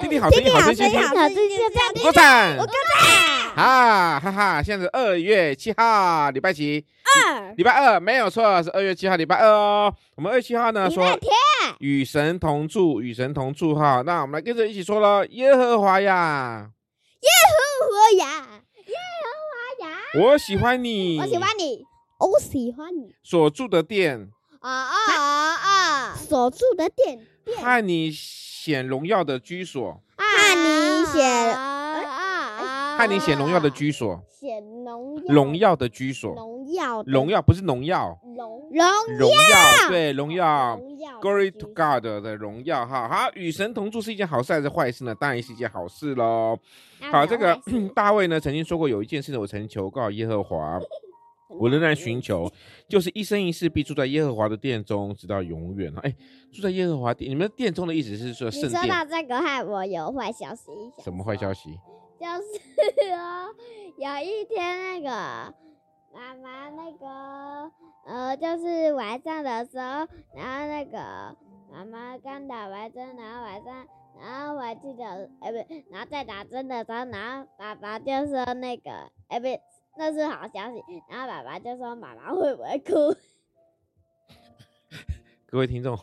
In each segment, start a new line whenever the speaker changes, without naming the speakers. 弟弟好声音，好声音，先生，
好，这现在
国产
我刚才
啊，哈哈！现在是二月七号，礼拜几？
二
礼拜二，没有错，是二月七号，礼拜二哦。我们二月七号呢
礼拜
说
天，
与神同住，与神同住哈。那我们来跟着一起说喽，耶和华呀，
我呀，耶和华呀，
我喜欢你，
我喜欢你，我喜欢你，
所住的殿，
啊啊啊啊！所住的殿，
和你显荣耀的居所，
看你写
啊啊
和你显荣耀的居所，
写荣耀，
荣耀的居所，
荣耀的，
荣耀不是农药，
荣
荣耀对荣耀。
荣耀
Glory to God 的荣耀哈，好，与神同住是一件好事还是坏事呢？当然是一件好事喽。好，这个 大卫呢曾经说过，有一件事呢，我曾求告耶和 华，我仍然寻求，就是一生一世必住在耶和华的殿中，直到永远哈。哎，住在耶和华殿，你们殿中的意思是说
你
圣
说
殿？
到这个，害我有坏消息。
什么坏消息？
就是哦，有一天那个妈妈那个呃，就是晚上的时候，然后那个妈妈刚打完针，然后晚上，然后我记得，哎不，然后在打针的时候，然后爸爸就说那个，哎不，那是好消息，然后爸爸就说妈妈会不会哭？
各位听众，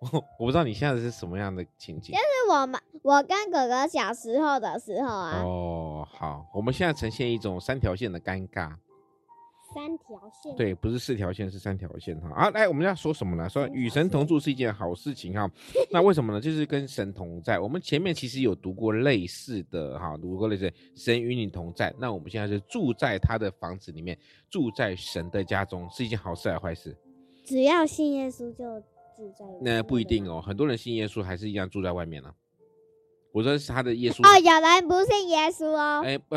我我不知道你现在是什么样的情景
是我妈，我跟哥哥小时候的时候啊，
哦。好，我们现在呈现一种三条线的尴尬。
三条线，
对，不是四条线，是三条线哈。啊，来，我们要说什么呢？说与神同住是一件好事情哈。那为什么呢？就是跟神同在。我们前面其实有读过类似的哈，读过类似的神与你同在。那我们现在是住在他的房子里面，住在神的家中，是一件好事还是坏事？
只要信耶稣就住在
那不一
对
定哦，很多人信耶稣还是一样住在外面呢、我说是他的耶稣
哦，有人不信耶稣哦，
嗯哎不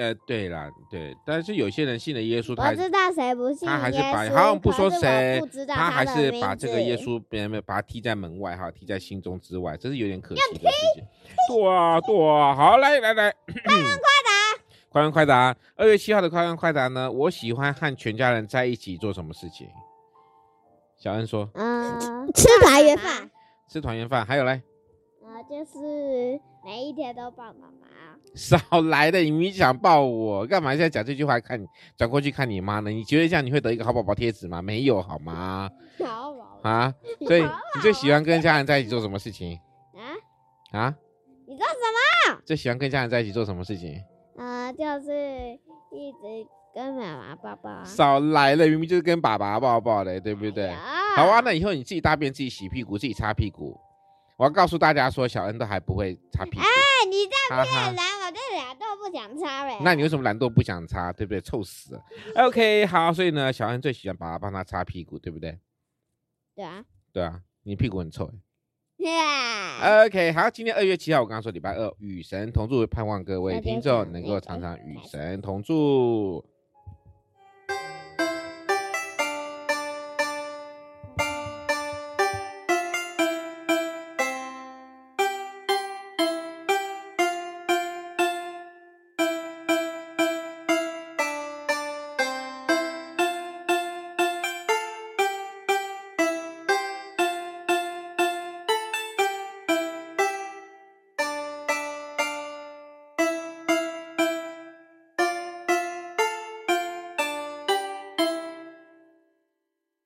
呃对啦对，但是有些人信了耶稣，他
我知道谁不信耶稣，
他还是把好像不说
可是我
谁
不知道
他还
的
是
名
把这个耶
字
稣别没有把他踢在门外哈，踢在心中之外，这是有点可惜的事情。对啊，对啊，好，来来来，快问快答， 快问快答。二月七号的快问快答呢？我喜欢和全家人在一起做什么事情？小恩说
嗯，
吃团圆饭，
吃团圆饭，还有嘞，
呃，就是每一天都抱妈妈，
少来的，你明明想抱我，干嘛现在讲这句话？看你转过去看你妈呢？你觉得这样你会得一个好宝宝贴纸吗？没有好吗？
好宝宝
啊，所以你最喜欢跟家人在一起做什么事情
啊，
啊？
你说什么？
最喜欢跟家人在一起做什么事情？
呃，就是一直跟妈妈抱抱啊，哎
少来了，明明就是跟爸爸抱抱的，对不对？好
好
啊，那以后你自己大便自己洗屁股，自己擦屁股。我要告诉大家说，小恩都还不会擦屁股，
哎，你这
哈
样
哈。
来，我这俩都不想插了。
那你为什么懒惰不想擦，对不对？臭死了。OK，好，所以呢，小恩最喜欢爸爸帮他擦屁股，对不对？
对 啊，
对啊，你屁股很臭欸。
耶，
OK，好，今天二月七号，我刚刚说礼拜二，与神同住，盼望各位
大家
听众
想
能
一
够
起
常常与
开始
神同住。